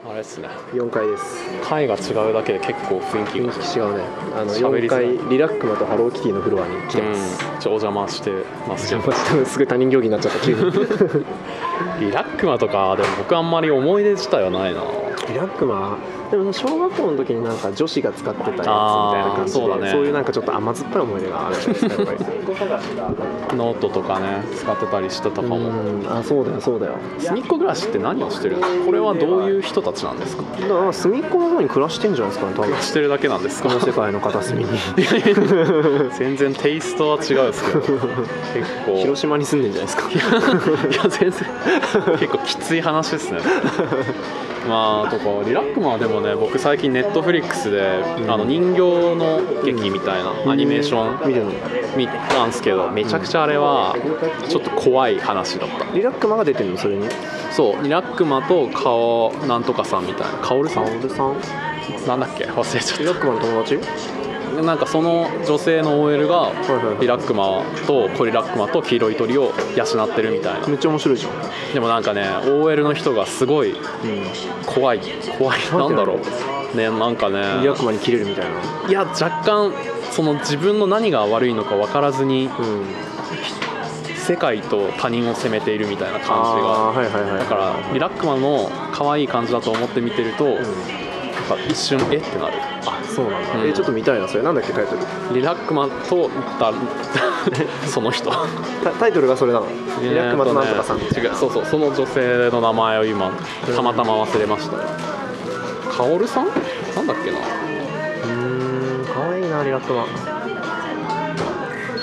あれですねそう4階です階が違うだけで結構雰囲気が雰囲気違うねあの喋り4づらい階リラックマとハローキティのフロアに来てます、お邪魔してますけじゃあどまあちょっとすごい他人行儀になっちゃった急 にリラックマとかでも僕あんまり思い出自体はないなリラックマでもその小学校の時になんか女子が使ってたやつみたいな感じであーそうだねいうなんかちょっと甘酸っぱい思い出があるんですねやっぱりノートとかね使ってたりしてたかうもんあそうだよそうだよ隅っこ暮らしって何をしてるのこれはどういう人たちなんですかだから隅っこの方に暮らしてんじゃないですかね多分してるだけなんです こかの世界の片 隅に全然テイストは違うですけど結構広島 に 住んでんじゃないですかいや全然結構きつい話ですねまあとかリラックマはでもね僕最近ネットフリックスで、あの人形の劇みたいなアニメーション 見てるの見たんですけどめちゃくちゃあれはちょっと怖い話だったリラックマが出てるのそれにそうリラックマと顔なんとかさんみたいなカオルさあんおじさんなんだっけ忘れちリゃっラックマの友達たなんかその女性の OL がいはいはいリラックマとコリラックマと黄色い鳥を養ってるみたいなめっちゃ面白いじゃんでもなんかね OL の人がすごい怖い怖いななんてんだろなんうねなんかねリラックマに切れるみたいないや若干その自分の何が悪いのか分からずにうん世界と他人を責めているみたいな感じあがーはいはいはいだからリラックマの可愛い感じだと思って見てると、うなんんか一瞬えってなるあそうなんだ、うんえちょっと見たいなそれなんだっけタイトルリラックマと だその人タタイトルがそれなのリラックマとなんとかさんえーとね違うそうそうその女性の名前を今たまたま忘れましたカオルさんなんだっけなうんかわいいなリラックマ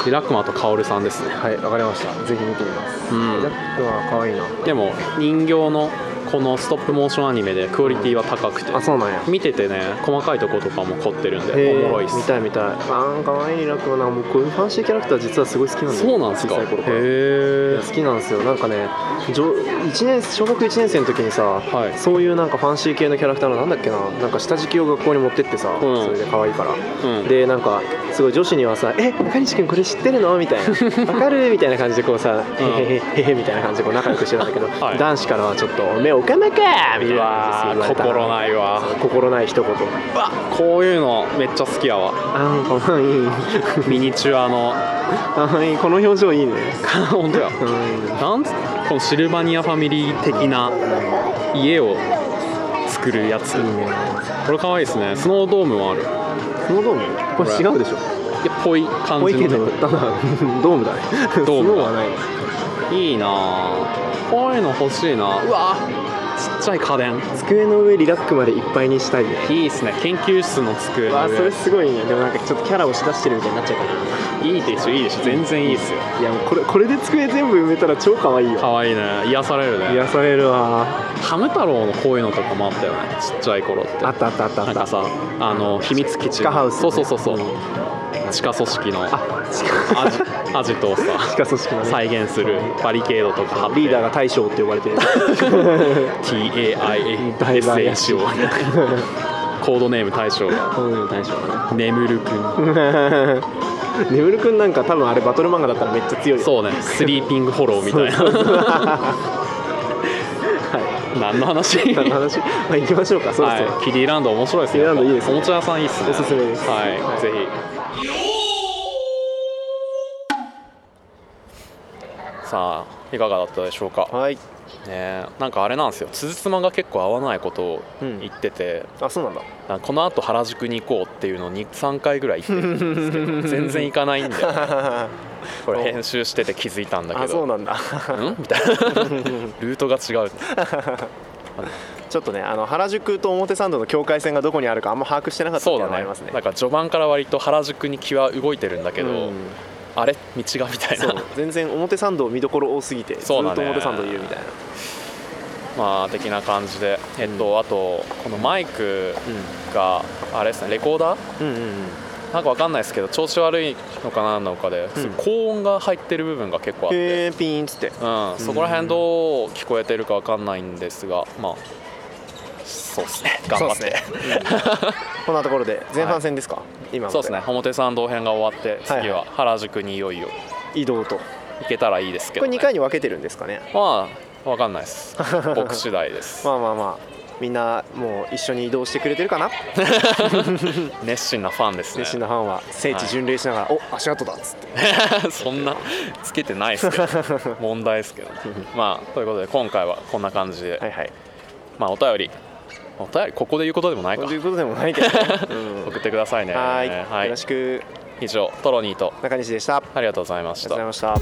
リラックマとカオルさんですねはいわかりましたぜひ見てみます、うんリラックマかわいいなでも人形のこのストップモーションアニメでクオリティは高くて、あそうなんや見ててね細かいとことかも凝ってるんへでーおもろいっす見たい見たいあーかわいいリラックマなもうこういうファンシーキャラクター実はすごい好きなんだよそうなんですか小へさい頃からえ好きなんですよなんかねじょ一年小学1年生の時にさ、はいそういうなんかファンシー系のキャラクターのなんだっけななんか下敷きを学校に持ってってさ、んそれで可愛いから、うんでなんかすごい女子にはさ「え中西君これ知ってるの?」みたい な「わかる?」みたいな感じでこうさ「へうんへへへへ」みたいな感じでこう仲良くしてたんだけど、 はい男子からはちょっと「おめえおかまか!」みたいうなわ感じで言われーた心ないわ心ない一言うわこういうのめっちゃ好きや わあんかわいい ミニチュアの あいいこの表情いいね本当やうんなんつこのシルバニアファミリー的な家を作るやついいねこれ可愛いですねスノードームもあるいスノードームこれ違うでしょやぽい感ぽじいけどのただドームだね ドームだスノーはないいいなあこういうの欲しいなうわちっちゃい家電机の上リラックまでいっぱいにしたいねいいですね研究室の机わのあそれ上すごいねでもなんかちょっとキャラを押し出してるみたいになっちゃうからいいでしょいいでしょ全然いいですよいやもうこれこれで机全部埋めたら超可愛いよ可愛いね癒されるね癒されるわハム太郎のこういうのとかもあったよねちっちゃい頃ってあったあったあったあなっんたかさあの秘密基地の地下ハウスねそうそうそうそう、うん地下組織のあ地下 アジアジトを地さ下組織のね再現するバリケードとか張ってリーダーが大将って呼ばれてる大バリ TAISH をコードネーム大将がうん大将が眠る君ね 眠るくんなんか多分あれバトル漫画だったらめっちゃ 強いよそうねスリーピングフォローみたいそうそうそうなは何の話い何の話、まあ、行きましょうかそうですね、はい、キディランド面白いですねキディランドいいですねおもちゃ屋さんいいっすねおすすめですはい、はいぜひさあいかがだったでしょうか、ねはいえなんかあれなんですよ辻褄が結構合わないことを言ってて、あそう なんだなんかこのあと原宿に行こうっていうのに3回ぐらい言ってるんです けど全然行かないんだよねこれ編集してて気づいたんだけあそうどなんだんみた いなルートが違うちょっとねあの原宿と表参道の境界線がどこにあるかあんま把握してなかったっそていうだうのがあねりますねなんか序盤から割と原宿に気は動いてるんだけど、うんあれ道がみたいそなう全然表参道見どころ多すぎてずっとそうだね表参道いるみたいな まあ的な感じで、えっとあとこのマイクがあれですねレコーダーうんうんうんなんかわかんないですけど調子悪いのかなんのかで、うん高音が入ってる部分が結構あって、へえピーンっつってうん、そこら辺どう聞こえてるかわかんないんですがまあそうですね頑張ってそうっすねうんこんなところで前半戦ですか今 まそうですね表参道編が終わって次は原宿にいよいよ移動と行けたらいいですけこど、ね、れ2回に分けてるんですかねまあわかんないです 僕次第ですまあまあまあみんなもう一緒に移動してくれてるかな熱心なファンですね熱心なファンは聖地巡礼しながら「お足跡だ」っつっ てそんなつけてないですけ ど問題ですけどねまあということで今回はこんな感じで、はいはいまあお便りお便りここで言うことでもないかということでもないけどね、 うん送ってくださいねはいよろしく以上トロニーと中西でしたありありがとうございましがとうごたざいまし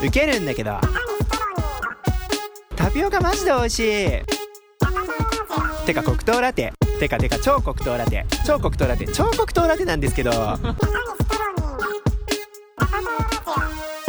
たウケるんだけどタピオカマジで美味しいてか黒糖ラテてかてか超黒糖ラテ超黒糖ラテ超黒糖ラテなんですけど Thank you.